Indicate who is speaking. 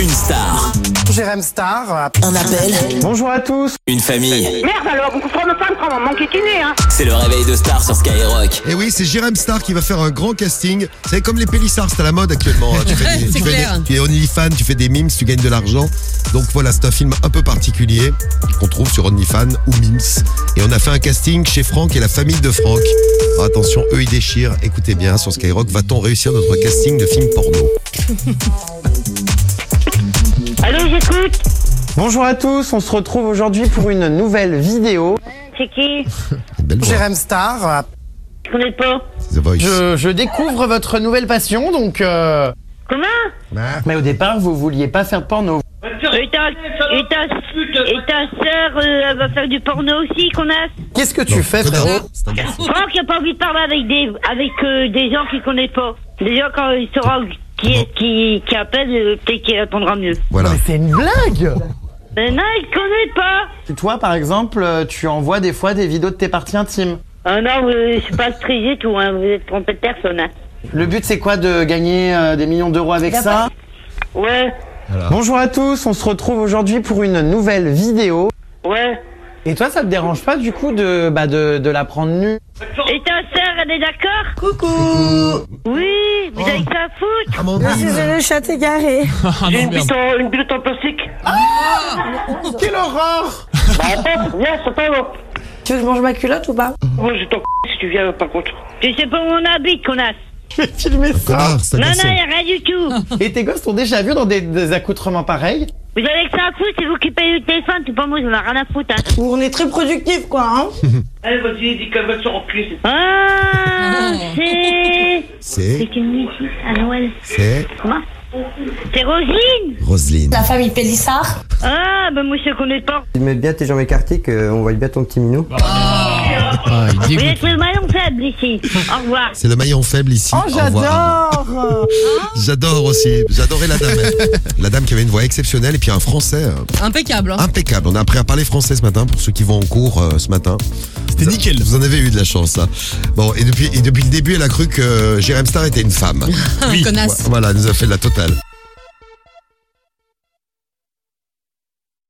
Speaker 1: Une star,
Speaker 2: Jérém
Speaker 3: euh,
Speaker 2: Star.
Speaker 1: un appel,
Speaker 2: Bonjour à tous.
Speaker 1: une famille.
Speaker 4: Merde alors, vous comprenez pas, on va manquer kiné, hein
Speaker 1: C'est le réveil de star sur Skyrock.
Speaker 5: Et Eh oui, c'est Jérém Star qui va faire un grand casting. C'est comme les Pélissards, c'est à la mode actuellement. hein. Tu, fais des-
Speaker 6: C'est
Speaker 5: tu fais
Speaker 6: clair.
Speaker 5: des- tu es OnlyFans, tu fais des mimes, tu gagnes de l'argent. Donc voilà, c'est un film un peu particulier qu'on trouve sur OnlyFans ou Mims. Et on a fait un casting chez Franck et la famille de Franck. Alors attention, eux ils déchirent. Écoutez bien, sur Skyrock, va-t-on réussir notre casting de film porno
Speaker 4: Allô, j'écoute
Speaker 3: Bonjour à tous, on se retrouve aujourd'hui pour une nouvelle vidéo.
Speaker 4: C'est qui
Speaker 5: Belle voix,
Speaker 2: Jérém
Speaker 3: euh,
Speaker 2: Star.
Speaker 4: Je connais pas.
Speaker 5: The Voice.
Speaker 3: Je, je découvre votre nouvelle passion, donc... euh,
Speaker 4: Comment
Speaker 3: Mais au départ, vous vouliez pas faire de porno.
Speaker 4: Et ta, et ta, et ta sœur, euh, elle va faire du porno aussi, qu'on a
Speaker 3: Qu'est-ce que tu fais,
Speaker 5: Très
Speaker 3: frérot
Speaker 5: bien. C'est un garçon.
Speaker 4: Franck, il a pas envie de parler avec des, avec euh, des gens qu'il connaît pas. Des gens, quand il saura qui est qui, qui appelle, euh, peut-être qu'il attendra mieux.
Speaker 5: Voilà.
Speaker 3: Mais c'est une blague
Speaker 4: Mais non, il connaît pas
Speaker 3: Toi, par exemple, euh, tu envoies des fois des vidéos de tes parties intimes.
Speaker 4: Ah non, euh, je suis pas stressé et tout, hein, vous êtes trompé de personne, hein.
Speaker 3: Le but, c'est quoi de gagner euh, des millions d'euros avec ça
Speaker 4: Ouais,
Speaker 3: Bonjour à tous, on se retrouve aujourd'hui pour une nouvelle vidéo.
Speaker 4: ouais.
Speaker 3: Et toi, ça te dérange pas du coup de, bah, de, de la prendre nue
Speaker 4: Et ta sœur, elle est d'accord Coucou Oui, vous avez que ça à foutre
Speaker 5: Amandine,
Speaker 7: Le chat égaré.
Speaker 4: J'ai une bite en, une bite en plastique.
Speaker 3: Quelle horreur
Speaker 4: Bah attends, viens, c'est pas bon.
Speaker 7: Tu veux que je mange ma culotte ou pas
Speaker 4: Moi, je t'en si tu viens, par contre. Tu sais pas où on habite, connasse.
Speaker 3: Je vais filmer ça.
Speaker 5: ah, c'est un
Speaker 4: Non,
Speaker 5: garçon.
Speaker 4: non, y a rien du tout.
Speaker 3: Ah. Et tes gosses t'ont déjà vu dans des, des accoutrements pareils
Speaker 4: Vous avez que ça à foutre, c'est vous qui payez le téléphone, c'est pas moi, j'en ai rien à foutre, hein.
Speaker 7: Ou on est très productif quoi, hein
Speaker 8: Allez, vas-y, dis qu'elle va se remplir.
Speaker 4: Ah, c'est.
Speaker 5: C'est,
Speaker 4: C'est une nuit à Noël.
Speaker 5: c'est
Speaker 4: Comment C'est Rosine
Speaker 5: Roselyne.
Speaker 7: La famille Pélissard.
Speaker 4: Ah, bah moi, je connais pas.
Speaker 9: Mets bien tes jambes écartées qu'on voit bien ton petit minou.
Speaker 3: Oh,
Speaker 4: Vous êtes le maillon faible ici. Au revoir.
Speaker 5: C'est le maillon faible ici.
Speaker 3: Oh,
Speaker 5: Au revoir, Amandine.
Speaker 3: j'adore
Speaker 5: J'adore aussi. J'adorais la dame. hein. la dame qui avait une voix exceptionnelle et puis un français euh,
Speaker 6: Impeccable. hein.
Speaker 5: impeccable. On a appris à parler français ce matin pour ceux qui vont en cours euh, ce matin. C'était nickel. Vous en avez eu de la chance. hein. Bon, et depuis, et depuis le début, elle a cru que Jérém Star était une femme.
Speaker 6: Connasse.
Speaker 5: Voilà, elle nous a fait de la totale.